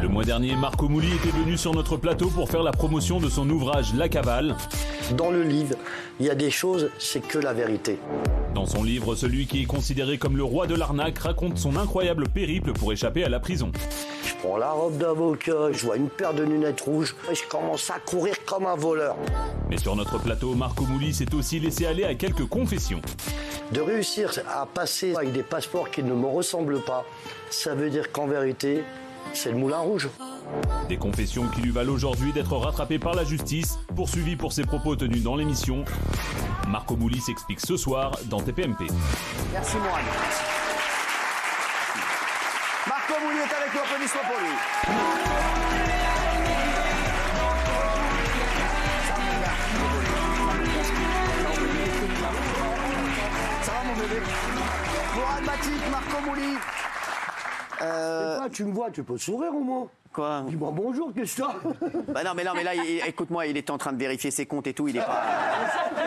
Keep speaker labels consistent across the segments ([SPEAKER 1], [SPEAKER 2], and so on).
[SPEAKER 1] Le mois dernier, Marco Mouli était venu sur notre plateau pour faire la promotion de son ouvrage La Cavale.
[SPEAKER 2] Dans le livre, il y a des choses, c'est que la vérité.
[SPEAKER 1] Dans son livre, celui qui est considéré comme le roi de l'arnaque raconte son incroyable périple pour échapper à la prison.
[SPEAKER 2] Je prends la robe d'avocat, je vois une paire de lunettes rouges et je commence à courir comme un voleur.
[SPEAKER 1] Mais sur notre plateau, Marco Mouli s'est aussi laissé aller à quelques confessions.
[SPEAKER 2] De réussir à passer avec des passeports qui ne me ressemblent pas, ça veut dire qu'en vérité, c'est le moulin rouge.
[SPEAKER 1] Des confessions qui lui valent aujourd'hui d'être rattrapé par la justice, poursuivi pour ses propos tenus dans l'émission. Marco Mouli s'explique ce soir dans TPMP.
[SPEAKER 3] Merci Mourad. Marco Mouli est avec nous, applaudissements pour lui. Ça va mon bébé Mourad Matif, Marco Mouli. Euh,
[SPEAKER 2] Toi, tu me vois, tu peux sourire au moins.
[SPEAKER 3] quoi
[SPEAKER 2] Dis-moi bonjour, qu'est-ce que ça
[SPEAKER 3] Bah non, mais non, mais là, il- écoute-moi, il était en train de vérifier ses comptes et tout, il est pas.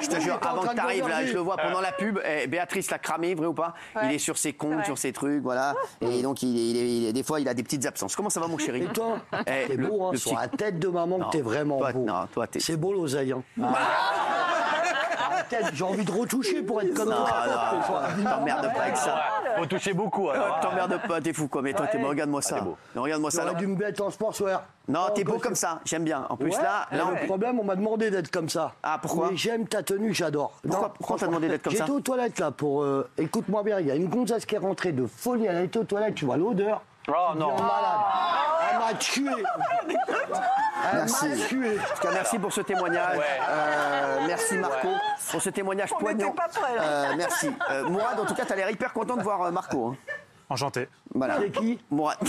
[SPEAKER 3] Je te jure,
[SPEAKER 2] était en
[SPEAKER 3] avant
[SPEAKER 2] train
[SPEAKER 3] que
[SPEAKER 2] de Euh.
[SPEAKER 3] t'arrives, là,
[SPEAKER 2] regarder.
[SPEAKER 3] je le vois pendant la pub, eh, Béatrice l'a cramé, vrai ou pas Il est sur ses comptes,
[SPEAKER 4] vrai.
[SPEAKER 3] sur ses trucs, voilà. Et donc, il est, il est- il est- des fois, il a des petites absences. Comment ça va, mon chéri
[SPEAKER 2] Et toi,
[SPEAKER 3] Eh,
[SPEAKER 2] t'es
[SPEAKER 3] le-
[SPEAKER 2] beau, hein,
[SPEAKER 3] le
[SPEAKER 2] sur
[SPEAKER 3] petit-
[SPEAKER 2] la tête de maman
[SPEAKER 3] Non,
[SPEAKER 2] que t'es vraiment
[SPEAKER 3] toi,
[SPEAKER 2] beau.
[SPEAKER 3] non, toi, t'es-
[SPEAKER 2] C'est beau l'oseille. hein. Ah, La tête, J'ai envie de retoucher pour être comme
[SPEAKER 3] Non,
[SPEAKER 2] toi. Ah,
[SPEAKER 3] non, t'emmerdes pas avec ça.
[SPEAKER 5] Faut toucher beaucoup. alors.
[SPEAKER 3] T'emmerdes pas, t'es fou, quoi. Mais toi, t'es- mais
[SPEAKER 2] Ah,
[SPEAKER 3] regarde-moi ça. Non, regarde-moi Ah, ça.
[SPEAKER 2] J'aurais
[SPEAKER 3] là.
[SPEAKER 2] dû me mettre en sport soir.
[SPEAKER 3] Non, t'es beau comme ça, j'aime bien. En plus,
[SPEAKER 2] Ouais,
[SPEAKER 3] là, là,
[SPEAKER 2] le
[SPEAKER 3] on-
[SPEAKER 2] problème, on m'a demandé d'être comme ça.
[SPEAKER 3] Ah, pourquoi
[SPEAKER 2] Mais j'aime ta tenue, j'adore.
[SPEAKER 3] Pourquoi-
[SPEAKER 2] Non,
[SPEAKER 3] pourquoi on t'a
[SPEAKER 2] franchement,
[SPEAKER 3] demandé d'être comme ça
[SPEAKER 2] J'étais aux toilettes là pour. euh, Écoute-moi bien, il y a une gonzesse qui est rentrée de folie, elle a été aux toilettes, tu vois l'odeur.
[SPEAKER 5] Oh non.
[SPEAKER 2] Elle est malade. Elle m'a tué. Elle m'a tué.
[SPEAKER 3] En tout cas, merci pour ce témoignage.
[SPEAKER 5] Ouais.
[SPEAKER 3] Euh, merci Marco pour ce témoignage poignant.
[SPEAKER 4] n'était pas prêts,
[SPEAKER 3] Euh, merci. Euh, Mourad, en tout cas, t'as l'air hyper content de voir euh, Marco. hein.
[SPEAKER 6] Enchanté.
[SPEAKER 3] Voilà.
[SPEAKER 2] C'est qui
[SPEAKER 3] Mourad,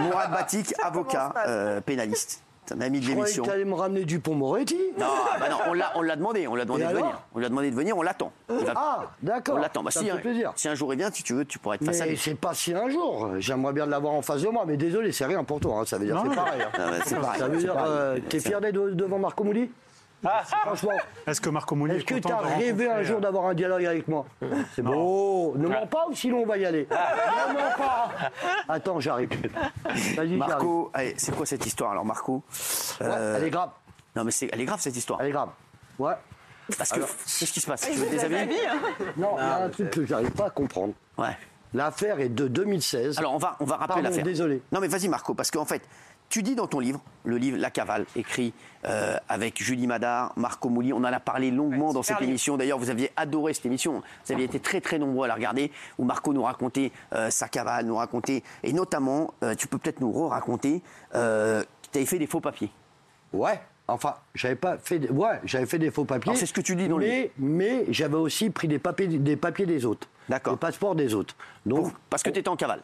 [SPEAKER 3] Mourad Batik, avocat,
[SPEAKER 4] commence mal.
[SPEAKER 3] euh, pénaliste. C'est un ami de
[SPEAKER 2] Je croyais
[SPEAKER 3] l'émission.
[SPEAKER 2] que t'allais me ramener du pont Moretti.
[SPEAKER 3] Non, bah non, on l'a- on l'a demandé, on l'a demandé
[SPEAKER 2] Et
[SPEAKER 3] de
[SPEAKER 2] alors
[SPEAKER 3] venir. On l'a demandé de venir, on l'attend. Il va-
[SPEAKER 2] Ah, d'accord.
[SPEAKER 3] On l'attend. Bah,
[SPEAKER 2] Ça
[SPEAKER 3] si,
[SPEAKER 2] me
[SPEAKER 3] un,
[SPEAKER 2] fait plaisir.
[SPEAKER 3] si un jour il vient, si tu veux, tu pourras être face à
[SPEAKER 2] Mais
[SPEAKER 3] lui.
[SPEAKER 2] c'est pas si un jour. J'aimerais bien de l'avoir en face de moi, mais désolé, c'est rien pour toi. hein. Ça veut dire c'est pareil. hein.
[SPEAKER 3] Ah, bah, c'est pareil,
[SPEAKER 2] Ça veut
[SPEAKER 3] c'est
[SPEAKER 2] dire,
[SPEAKER 3] pareil.
[SPEAKER 2] euh, t'es fier d'être de- devant Marco Mouli Franchement,
[SPEAKER 6] Est-ce que Marco Mouli Ah. est,
[SPEAKER 2] est-ce que
[SPEAKER 6] content
[SPEAKER 2] t'as
[SPEAKER 6] de
[SPEAKER 2] rêvé un
[SPEAKER 6] rencontrer,
[SPEAKER 2] jour
[SPEAKER 6] euh,
[SPEAKER 2] d'avoir un dialogue avec moi C'est beau. Ne mens pas ou sinon on va y aller.
[SPEAKER 6] Ah.
[SPEAKER 2] ne mens pas. Attends, j'arrive. Vas-y, j'arrive.
[SPEAKER 3] Marco, allez, c'est quoi cette histoire alors, Marco
[SPEAKER 2] Ouais,
[SPEAKER 3] Euh,
[SPEAKER 2] Elle est grave.
[SPEAKER 3] Non, mais c'est- elle est grave cette histoire.
[SPEAKER 2] Elle est grave. Ouais.
[SPEAKER 3] Parce que qu'est-ce qui se passe Tu veux des avis
[SPEAKER 2] Non, il y a un truc que j'arrive pas à comprendre.
[SPEAKER 3] Ouais.
[SPEAKER 2] L'affaire est de 2016.
[SPEAKER 3] Alors on va, on va rappeler
[SPEAKER 2] Pardon,
[SPEAKER 3] l'affaire.
[SPEAKER 2] désolé.
[SPEAKER 3] Non mais vas-y Marco, parce qu'en fait, tu dis dans ton livre, le livre La Cavale, écrit euh, avec Julie Madard, Marco Mouli, on en a parlé longuement dans cette émission. D'ailleurs, vous aviez adoré cette émission, vous aviez été très très nombreux à la regarder, où Marco nous racontait euh, sa cavale, nous racontait, et notamment, euh, tu peux peut-être nous raconter euh, que tu avais fait des faux papiers.
[SPEAKER 2] Ouais. Enfin, j'avais pas fait. des- Ouais, j'avais fait des faux papiers.
[SPEAKER 3] Alors, c'est ce que tu dis dans le
[SPEAKER 2] mais, Mais j'avais aussi pris des papiers, des papiers des autres.
[SPEAKER 3] D'accord.
[SPEAKER 2] Des passeports des autres. Donc,
[SPEAKER 3] Pour- parce que tu étais en cavale.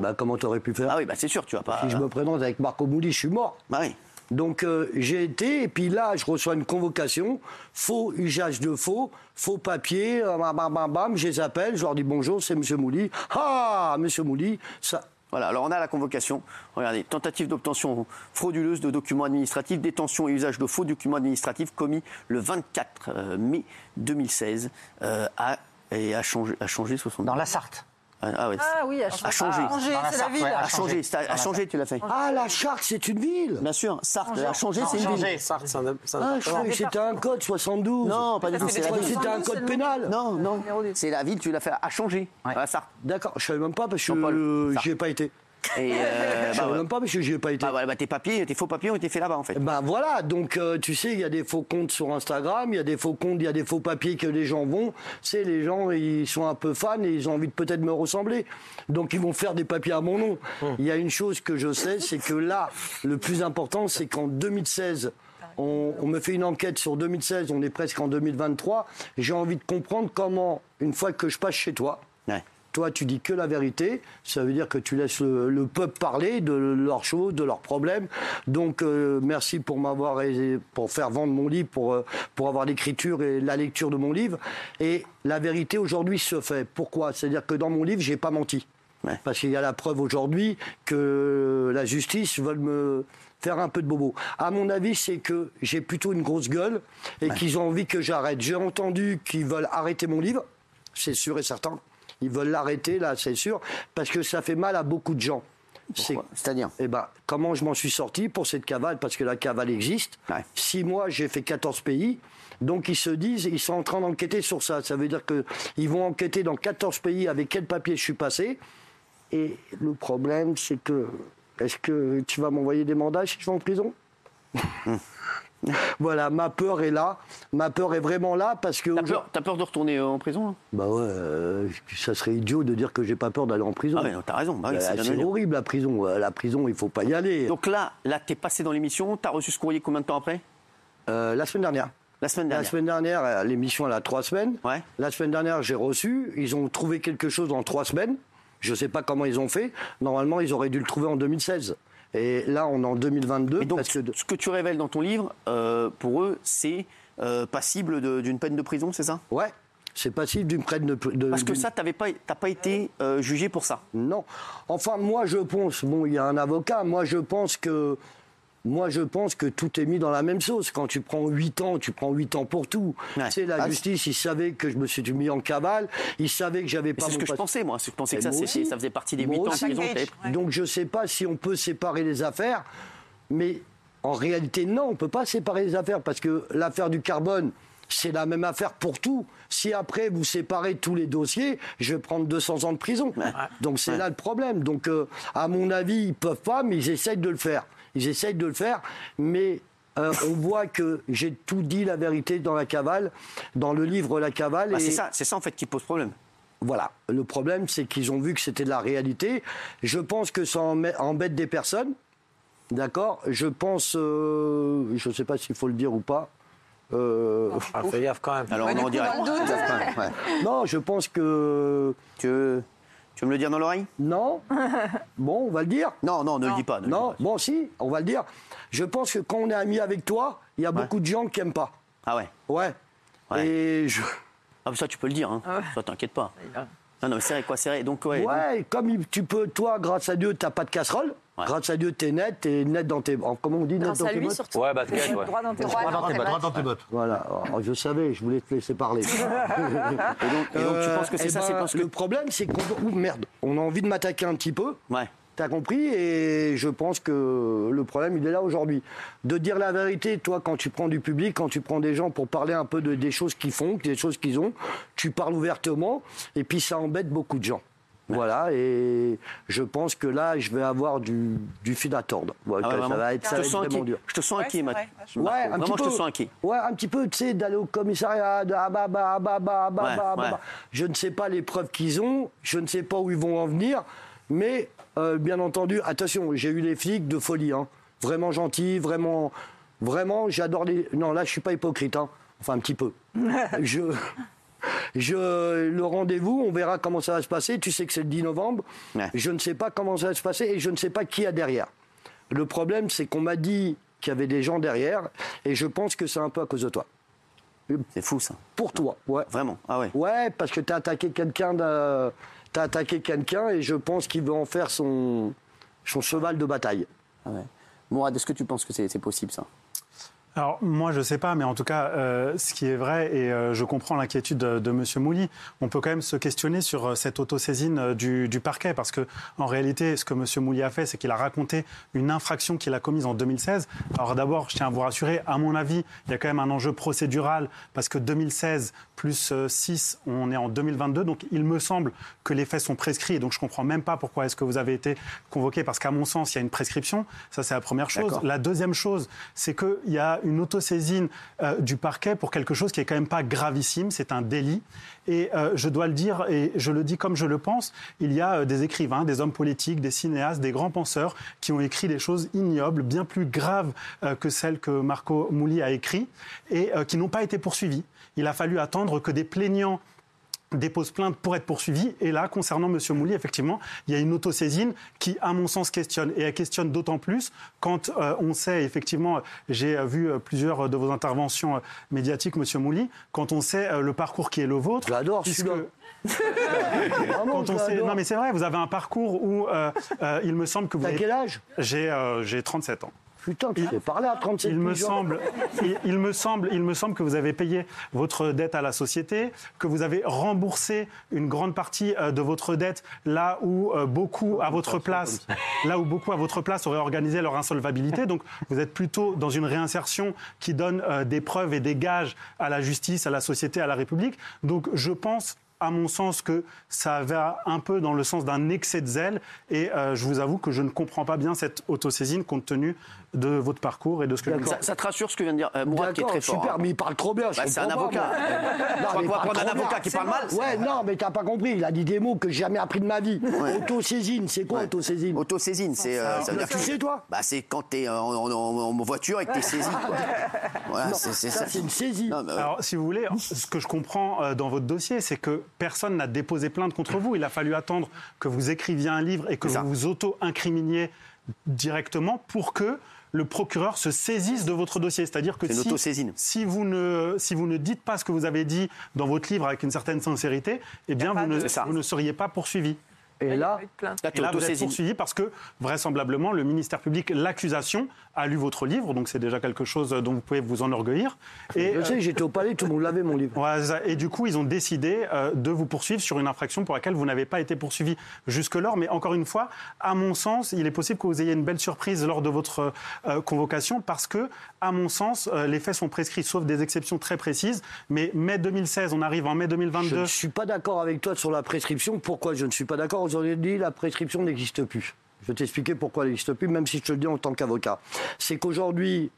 [SPEAKER 2] bah, comment t'aurais pu faire
[SPEAKER 3] Ah oui, bah c'est sûr, tu vas pas...
[SPEAKER 2] Si je me présente avec Marco Mouli, je suis mort.
[SPEAKER 3] Bah oui.
[SPEAKER 2] Donc euh, j'ai été, et puis là, je reçois une convocation, faux usage de faux, faux papier, euh, bam, bam, bam, bam, je les appelle, je leur dis bonjour, c'est Monsieur Mouli. Ah, Monsieur Mouli, ça...
[SPEAKER 3] Voilà, alors on a la convocation. Regardez, tentative d'obtention frauduleuse de documents administratifs, détention et usage de faux documents administratifs commis le 24 euh, mai 2016 euh, à, et a changé, a changé 60.
[SPEAKER 5] Dans la Sarthe.
[SPEAKER 3] Ah, ah ouais,
[SPEAKER 4] Ah oui, à
[SPEAKER 3] a changé.
[SPEAKER 4] changer,
[SPEAKER 5] Dans la
[SPEAKER 4] c'est la
[SPEAKER 5] Sarthe,
[SPEAKER 4] ville.
[SPEAKER 5] ouais, à
[SPEAKER 3] A changé,
[SPEAKER 5] changé.
[SPEAKER 3] c'est à- a changé, tu l'as fait.
[SPEAKER 2] Ah, la Charque, c'est une ville
[SPEAKER 3] Bien sûr, Sarthe, a changé, c'est une ville.
[SPEAKER 5] Sarthe, c'est un
[SPEAKER 2] Ah, je croyais que c'était un code 72.
[SPEAKER 3] Non, pas du
[SPEAKER 2] Je
[SPEAKER 3] tout, c'est la
[SPEAKER 2] croyais que
[SPEAKER 3] ville.
[SPEAKER 2] c'était un code pénal.
[SPEAKER 3] Non, non,
[SPEAKER 4] numéro des-
[SPEAKER 3] c'est la ville, tu l'as fait à changer.
[SPEAKER 5] Ouais.
[SPEAKER 3] À Sarthe.
[SPEAKER 2] D'accord, je savais même pas parce que
[SPEAKER 3] Jean-Paul,
[SPEAKER 2] euh,
[SPEAKER 3] ça.
[SPEAKER 2] j'y ai pas été.
[SPEAKER 3] Et euh,
[SPEAKER 2] Je
[SPEAKER 3] bah,
[SPEAKER 2] savais
[SPEAKER 3] ouais.
[SPEAKER 2] même pas parce que j'y ai pas été.
[SPEAKER 3] Bah, ouais, bah, tes papiers, tes faux papiers ont été faits là-bas en fait.
[SPEAKER 2] Ben voilà, donc euh, tu sais, il y a des faux comptes sur Instagram, il y a des faux comptes, il y a des faux papiers que les gens vont. C'est les gens, ils sont un peu fans et ils ont envie de peut-être me ressembler. Donc ils vont faire des papiers à mon nom.
[SPEAKER 3] Mmh.
[SPEAKER 2] Il y a une chose que je sais, c'est que là, le plus important, c'est qu'en 2016, on, on me fait une enquête sur 2016, on est presque en 2023. J'ai envie de comprendre comment, une fois que je passe chez toi,
[SPEAKER 3] Ouais.
[SPEAKER 2] toi, tu dis que la vérité. Ça veut dire que tu laisses le, le peuple parler de leurs choses, de leurs problèmes. Donc, euh, merci pour m'avoir aidé- pour faire vendre mon livre, pour, euh, pour avoir l'écriture et la lecture de mon livre. Et la vérité aujourd'hui se fait. Pourquoi C'est-à-dire que dans mon livre, j'ai pas menti.
[SPEAKER 3] Ouais.
[SPEAKER 2] Parce qu'il y a la preuve aujourd'hui que la justice veut me faire un peu de bobo. À mon avis, c'est que j'ai plutôt une grosse gueule et qu'ils ont envie que j'arrête. J'ai entendu qu'ils veulent arrêter mon livre, c'est sûr et certain. Ils veulent l'arrêter, là, c'est sûr, parce que ça fait mal à beaucoup de gens. c'est
[SPEAKER 3] Pourquoi C'est-à-dire
[SPEAKER 2] eh ben, comment je m'en suis sorti pour cette cavale Parce que la cavale existe.
[SPEAKER 3] Ouais.
[SPEAKER 2] Six mois, j'ai fait 14 pays. Donc ils se disent, ils sont en train d'enquêter sur ça. Ça veut dire qu'ils vont enquêter dans 14 pays avec quel papier je suis passé. Et le problème, c'est que est-ce que tu vas m'envoyer des mandats si je vais en prison Voilà, ma peur est là. Ma peur est vraiment là parce que.
[SPEAKER 3] T'as
[SPEAKER 2] aujourd'hui-
[SPEAKER 3] peur, t'as peur de retourner euh, en prison là
[SPEAKER 2] Bah ouais, euh, ça serait idiot de dire que j'ai pas peur d'aller en prison.
[SPEAKER 3] Ah ouais, non, t'as raison. bah oui,
[SPEAKER 2] Euh,
[SPEAKER 3] c'est bien de le
[SPEAKER 2] c'est
[SPEAKER 3] dire.
[SPEAKER 2] horrible la prison. Euh, La prison, il faut pas y aller.
[SPEAKER 3] Donc là, là, t'es passé dans l'émission, t'as reçu ce courrier combien de temps après
[SPEAKER 2] Euh, la semaine dernière.
[SPEAKER 3] La semaine
[SPEAKER 2] La
[SPEAKER 3] dernière.
[SPEAKER 2] semaine dernière, euh, l'émission elle a trois semaines.
[SPEAKER 3] Ouais.
[SPEAKER 2] La semaine dernière, j'ai reçu. Ils ont trouvé quelque chose en trois semaines. Je sais pas comment ils ont fait. Normalement, ils auraient dû le trouver en 2016. Et là, on est en 2022.
[SPEAKER 3] Et donc,
[SPEAKER 2] parce que de-
[SPEAKER 3] ce que tu révèles dans ton livre, euh, pour eux, c'est euh, passible de- d'une peine de prison, c'est ça
[SPEAKER 2] ouais, c'est passible d'une prête de, de-
[SPEAKER 3] Parce que
[SPEAKER 2] Euh, d'une-
[SPEAKER 3] ça, t'avais pas, t'as pas été euh, jugé pour ça.
[SPEAKER 2] Non. Enfin, moi, je pense. Bon, il y a un avocat. Moi, je pense que. Moi, je pense que tout est mis dans la même sauce. Quand tu prends 8 ans, tu prends 8 ans pour tout.
[SPEAKER 3] Ouais.
[SPEAKER 2] C'est la
[SPEAKER 3] Ah,
[SPEAKER 2] justice. Ils savaient que je me suis mis en cavale. Ils savaient que j'avais
[SPEAKER 3] Mais
[SPEAKER 2] pas
[SPEAKER 3] c'est ce
[SPEAKER 2] mon
[SPEAKER 3] que je
[SPEAKER 2] passe-
[SPEAKER 3] pensais, moi. Je pensais que
[SPEAKER 2] Mais
[SPEAKER 3] ça,
[SPEAKER 2] moi
[SPEAKER 3] c'est-
[SPEAKER 2] aussi.
[SPEAKER 3] ça faisait partie des
[SPEAKER 2] Moi
[SPEAKER 3] 8 ans de
[SPEAKER 2] aussi.
[SPEAKER 3] prison. que t'avais-
[SPEAKER 4] Ouais.
[SPEAKER 2] Donc je ne sais pas si on peut séparer les affaires, mais en réalité, non, on ne peut pas séparer les affaires parce que l'affaire du carbone, c'est la même affaire pour tout. Si après vous séparez tous les dossiers, je vais prendre 200 ans de prison. Donc c'est là le problème. Donc euh, à mon avis, ils peuvent pas, mais ils essayent de le faire. Ils essayent de le faire, mais euh, on voit que j'ai tout dit la vérité dans la cavale, dans le livre La cavale.
[SPEAKER 3] Bah,
[SPEAKER 2] et-
[SPEAKER 3] c'est ça, c'est ça en fait qui pose problème.
[SPEAKER 2] voilà. Le problème, c'est qu'ils ont vu que c'était de la réalité. Je pense que ça emmê- embête des personnes. D'accord Je pense. euh, je ne sais pas s'il faut le dire ou pas. Euh,
[SPEAKER 5] Ah, fais gaffe quand même.
[SPEAKER 3] Alors
[SPEAKER 4] Ouais,
[SPEAKER 3] on
[SPEAKER 4] du
[SPEAKER 3] en
[SPEAKER 4] coup,
[SPEAKER 3] dirait.
[SPEAKER 4] dans le doute.
[SPEAKER 3] Ouais.
[SPEAKER 2] non, je pense que.
[SPEAKER 3] Tu, veux, tu veux me le dire dans l'oreille
[SPEAKER 2] Non. Bon, on va le dire.
[SPEAKER 3] Non, non, ne le dis pas. ne le
[SPEAKER 2] Non,
[SPEAKER 3] dis pas.
[SPEAKER 2] bon, si, on va le dire. Je pense que quand on est ami avec toi, il y a beaucoup de gens qui n'aiment pas.
[SPEAKER 3] Ah ouais.
[SPEAKER 2] Ouais.
[SPEAKER 3] Ouais.
[SPEAKER 2] Et je.
[SPEAKER 3] Ah, mais ça, tu peux le dire. Hein. Ça, t'inquiète pas. Non, non, mais c'est vrai, quoi, c'est vrai. Donc, ouais. donc-
[SPEAKER 2] Ouais, et comme il- tu peux, toi, grâce à Dieu, t'as pas de casserole.
[SPEAKER 3] Ouais.
[SPEAKER 2] Grâce à Dieu, t'es net, t'es net dans tes. en- Comment on dit, net
[SPEAKER 4] Grâce
[SPEAKER 2] dans
[SPEAKER 4] à
[SPEAKER 2] tes
[SPEAKER 4] lui,
[SPEAKER 2] bottes
[SPEAKER 4] surtout.
[SPEAKER 5] Ouais, basket, ouais.
[SPEAKER 4] Droit dans tes
[SPEAKER 6] Droit dans tes bottes, droit dans tes bottes.
[SPEAKER 2] Voilà, Oh, je savais, je voulais te laisser parler.
[SPEAKER 3] et donc, euh, et donc, tu penses que c'est
[SPEAKER 2] Euh, Eh
[SPEAKER 3] ça, c'est
[SPEAKER 2] ben,
[SPEAKER 3] parce que.
[SPEAKER 2] Le problème, c'est qu'on... Ouh, merde, on a envie de m'attaquer un petit peu,
[SPEAKER 3] Ouais. ah
[SPEAKER 2] t'as compris Et je pense que le problème, il est là aujourd'hui. De dire la vérité, toi, quand tu prends du public, quand tu prends des gens pour parler un peu de, des choses qu'ils font, des choses qu'ils ont, tu parles ouvertement, et puis ça embête beaucoup de gens. Voilà, et je pense que là, je vais avoir du, du fil à tordre. Ouais,
[SPEAKER 3] Ah ouais,
[SPEAKER 2] ça
[SPEAKER 3] vraiment.
[SPEAKER 2] va être, ça
[SPEAKER 3] je,
[SPEAKER 2] va
[SPEAKER 3] te
[SPEAKER 2] être
[SPEAKER 3] sens
[SPEAKER 2] vraiment
[SPEAKER 3] inquiet.
[SPEAKER 2] dur.
[SPEAKER 3] je te sens
[SPEAKER 4] Ouais,
[SPEAKER 3] inquiet,
[SPEAKER 4] c'est
[SPEAKER 3] Matt.
[SPEAKER 4] vrai, je-
[SPEAKER 2] Ouais, un
[SPEAKER 3] Vraiment,
[SPEAKER 2] petit
[SPEAKER 3] Ah, je te
[SPEAKER 2] peu.
[SPEAKER 3] sens inquiet.
[SPEAKER 2] Ouais, un petit peu, tu sais, d'aller au commissariat, de ah bah bah ah bah bah ah bah
[SPEAKER 3] Ouais,
[SPEAKER 2] bah, ah bah,
[SPEAKER 3] ouais.
[SPEAKER 2] bah. Je ne sais pas les preuves qu'ils ont, je ne sais pas où ils vont en venir, mais euh, bien entendu, attention, j'ai eu les flics de folie, hein. Vraiment gentils, vraiment, vraiment, j'adore les. Non, là, je suis pas hypocrite, hein. Enfin, un petit peu. je. Je, le rendez-vous, on verra comment ça va se passer. Tu sais que c'est le 10 novembre.
[SPEAKER 3] Ouais.
[SPEAKER 2] Je ne sais pas comment ça va se passer et je ne sais pas qui a derrière. Le problème, c'est qu'on m'a dit qu'il y avait des gens derrière et je pense que c'est un peu à cause de toi.
[SPEAKER 3] C'est fou, ça.
[SPEAKER 2] Pour toi, ouais.
[SPEAKER 3] Vraiment. Ah ouais.
[SPEAKER 2] Ouais, parce que t'as attaqué quelqu'un de... T'as attaqué quelqu'un et je pense qu'il veut en faire son, son cheval de bataille.
[SPEAKER 3] Ah ouais. Mourad, est-ce que tu penses que c'est c'est possible, ça
[SPEAKER 7] Alors moi je sais pas, mais en tout cas euh, ce qui est vrai et euh, je comprends l'inquiétude de, de Monsieur Mouly, on peut quand même se questionner sur euh, cette autosaisine euh, du, du parquet parce que en réalité ce que Monsieur Mouly a fait c'est qu'il a raconté une infraction qu'il a commise en 2016. Alors d'abord je tiens à vous rassurer, à mon avis il y a quand même un enjeu procédural parce que 2016 plus 6 on est en 2022 donc il me semble que les faits sont prescrits et donc je comprends même pas pourquoi est-ce que vous avez été convoqué parce qu'à mon sens il y a une prescription, ça c'est la première chose.
[SPEAKER 3] D'accord.
[SPEAKER 7] La deuxième chose, c'est qu'il y a une autosaisine euh, du parquet pour quelque chose qui est quand même pas gravissime, c'est un délit. Et euh, je dois le dire, et je le dis comme je le pense, il y a euh, des écrivains, des hommes politiques, des cinéastes, des grands penseurs qui ont écrit des choses ignobles, bien plus graves euh, que celles que Marco Mouli a écrites, et euh, qui n'ont pas été poursuivies. Il a fallu attendre que des plaignants dépose plainte pour être poursuivi. Et là, concernant M. Mouly, effectivement, il y a une autosaisine qui, à mon sens, questionne. Et elle questionne d'autant plus quand euh, on sait, effectivement, euh, j'ai euh, vu euh, plusieurs de vos interventions euh, médiatiques, M. Mouly, quand on sait euh, le parcours qui est le vôtre.
[SPEAKER 2] Je l'adore,
[SPEAKER 7] puisque-
[SPEAKER 2] celui-là. Vraiment,
[SPEAKER 7] Quand
[SPEAKER 2] je
[SPEAKER 7] on sait...
[SPEAKER 2] l'adore.
[SPEAKER 7] Non, mais c'est vrai, vous avez un parcours où euh, euh, il me semble que vous...
[SPEAKER 2] T'as
[SPEAKER 7] avez-
[SPEAKER 2] quel âge
[SPEAKER 7] J'ai euh, j'ai 37 ans.
[SPEAKER 2] Putain, tu fais parler à 37
[SPEAKER 7] Il me,
[SPEAKER 2] pigeons.
[SPEAKER 7] semble, il, il me semble, il me semble que vous avez payé votre dette à la société, que vous avez remboursé une grande partie euh, de votre dette là où euh, beaucoup à votre place, là où beaucoup à votre place auraient organisé leur insolvabilité. Donc vous êtes plutôt dans une réinsertion qui donne euh, des preuves et des gages à la justice, à la société, à la République. Donc je pense à mon sens, que ça va un peu dans le sens d'un excès de zèle. Et euh, je vous avoue que je ne comprends pas bien cette autosaisine compte tenu de votre parcours et de ce que vous
[SPEAKER 3] Ça, ça te rassure ce que vient de dire euh, Mourad qui est
[SPEAKER 2] D'accord,
[SPEAKER 3] très fort.
[SPEAKER 2] super,
[SPEAKER 3] hein.
[SPEAKER 2] mais il parle trop bien. je
[SPEAKER 3] Bah, c'est un
[SPEAKER 2] comprends
[SPEAKER 3] avocat.
[SPEAKER 2] pas, moi. mais
[SPEAKER 3] Je crois qu'on va
[SPEAKER 2] il parle
[SPEAKER 3] prendre un
[SPEAKER 2] trop bien.
[SPEAKER 3] avocat qui
[SPEAKER 2] C'est
[SPEAKER 3] parle
[SPEAKER 2] bon.
[SPEAKER 3] mal, c'est
[SPEAKER 2] Ouais, non, mais t'as pas compris. Il a dit des mots que j'ai jamais appris de ma vie. Autosaisine, c'est quoi autosaisine
[SPEAKER 3] Autosaisine, c'est. euh, ça veut dire
[SPEAKER 2] Tu sais, toi
[SPEAKER 3] Bah, c'est quand t'es euh, en, en- en- en voiture et que t'es saisi. quoi. Voilà,
[SPEAKER 2] Non,
[SPEAKER 3] c'est c'est
[SPEAKER 2] ça,
[SPEAKER 3] ça.
[SPEAKER 2] c'est une saisie.
[SPEAKER 3] Non, mais, euh,
[SPEAKER 7] Alors, si vous voulez, ce que je comprends euh, dans votre dossier, c'est que personne n'a déposé plainte contre vous. Il a fallu attendre que vous écriviez un livre et que
[SPEAKER 3] C'est ça.
[SPEAKER 7] vous vous auto-incriminiez directement pour que le procureur se saisisse de votre dossier. C'est-à-dire que
[SPEAKER 3] C'est une
[SPEAKER 7] si,
[SPEAKER 3] auto-saisine.
[SPEAKER 7] si vous ne, si vous ne dites pas ce que vous avez dit dans votre livre avec une certaine sincérité, eh bien,
[SPEAKER 4] pas
[SPEAKER 7] vous ne,
[SPEAKER 4] de- C'est ça.
[SPEAKER 7] vous ne seriez pas poursuivi.
[SPEAKER 2] Et là,
[SPEAKER 3] Là,
[SPEAKER 7] Et
[SPEAKER 3] t'es
[SPEAKER 7] là, vous êtes
[SPEAKER 3] autosaisine.
[SPEAKER 7] poursuivi parce que, vraisemblablement, le ministère public, l'accusation, a lu votre livre, donc c'est déjà quelque chose dont vous pouvez vous enorgueillir. Et,
[SPEAKER 2] je sais, j'étais au palais, tout le monde l'avait, mon livre.
[SPEAKER 7] Ouais, c'est ça. et du coup, ils ont décidé euh, de vous poursuivre sur une infraction pour laquelle vous n'avez pas été poursuivi jusque-lors. Mais encore une fois, à mon sens, il est possible que vous ayez une belle surprise lors de votre euh, convocation parce que, à mon sens, euh, les faits sont prescrits, sauf des exceptions très précises. Mais mai 2016, on arrive en mai
[SPEAKER 2] Je
[SPEAKER 7] 2022.
[SPEAKER 2] ne suis pas d'accord avec toi sur la prescription. Pourquoi je ne suis pas d'accord Aujourd'hui, la prescription n'existe plus. Je vais t'expliquer pourquoi elle n'existe plus, même si je te le dis en tant qu'avocat. C'est qu'aujourd'hui,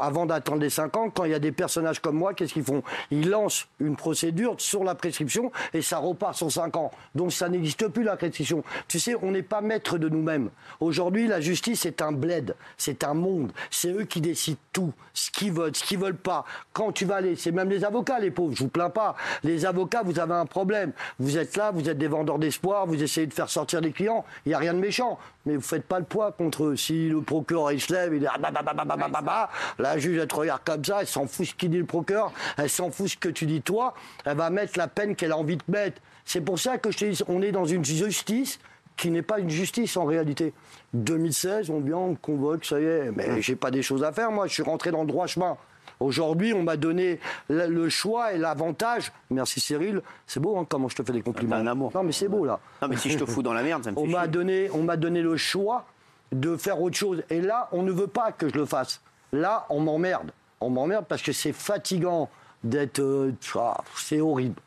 [SPEAKER 2] avant d'attendre les 5 ans, quand il y a des personnages comme moi, qu'est-ce qu'ils font Ils lancent une procédure sur la prescription et ça repart sur 5 ans. Donc ça n'existe plus, la prescription. Tu sais, on n'est pas maître de nous-mêmes. Aujourd'hui, la justice est un bled, c'est un monde. C'est eux qui décident tout, ce qu'ils veulent, ce qu'ils veulent pas. Quand tu vas aller, c'est même les avocats, les pauvres, je vous plains pas. Les avocats, vous avez un problème. Vous êtes là, vous êtes des vendeurs d'espoir, vous essayez de faire sortir les clients. Il n'y a rien de méchant, mais vous faites pas le poids contre eux. Si le procureur, il se lève, il dit ah, bah, bah, bah, bah, bah, bah, bah, bah. la juge, elle te regarde comme ça, elle s'en fout ce qu'il dit le procureur, elle s'en fout ce que tu dis toi, elle va mettre la peine qu'elle a envie de mettre. C'est pour ça que je te dis, on est dans une justice qui n'est pas une justice en réalité. 2016, on vient, on me convoque, ça y est, mais j'ai pas des choses à faire, moi, je suis rentré dans le droit chemin. Aujourd'hui, on m'a donné le le choix et l'avantage. Merci Cyril, c'est beau hein, comment je te fais des compliments.
[SPEAKER 3] T'as un amour.
[SPEAKER 2] Non mais c'est beau là.
[SPEAKER 3] Non, mais si je te fous dans la merde, ça me fait
[SPEAKER 2] On m'a
[SPEAKER 3] chier.
[SPEAKER 2] donné, on m'a donné le choix de faire autre chose. Et là, on ne veut pas que je le fasse. Là, on m'emmerde. On m'emmerde parce que c'est fatigant d'être. euh, ah, c'est horrible.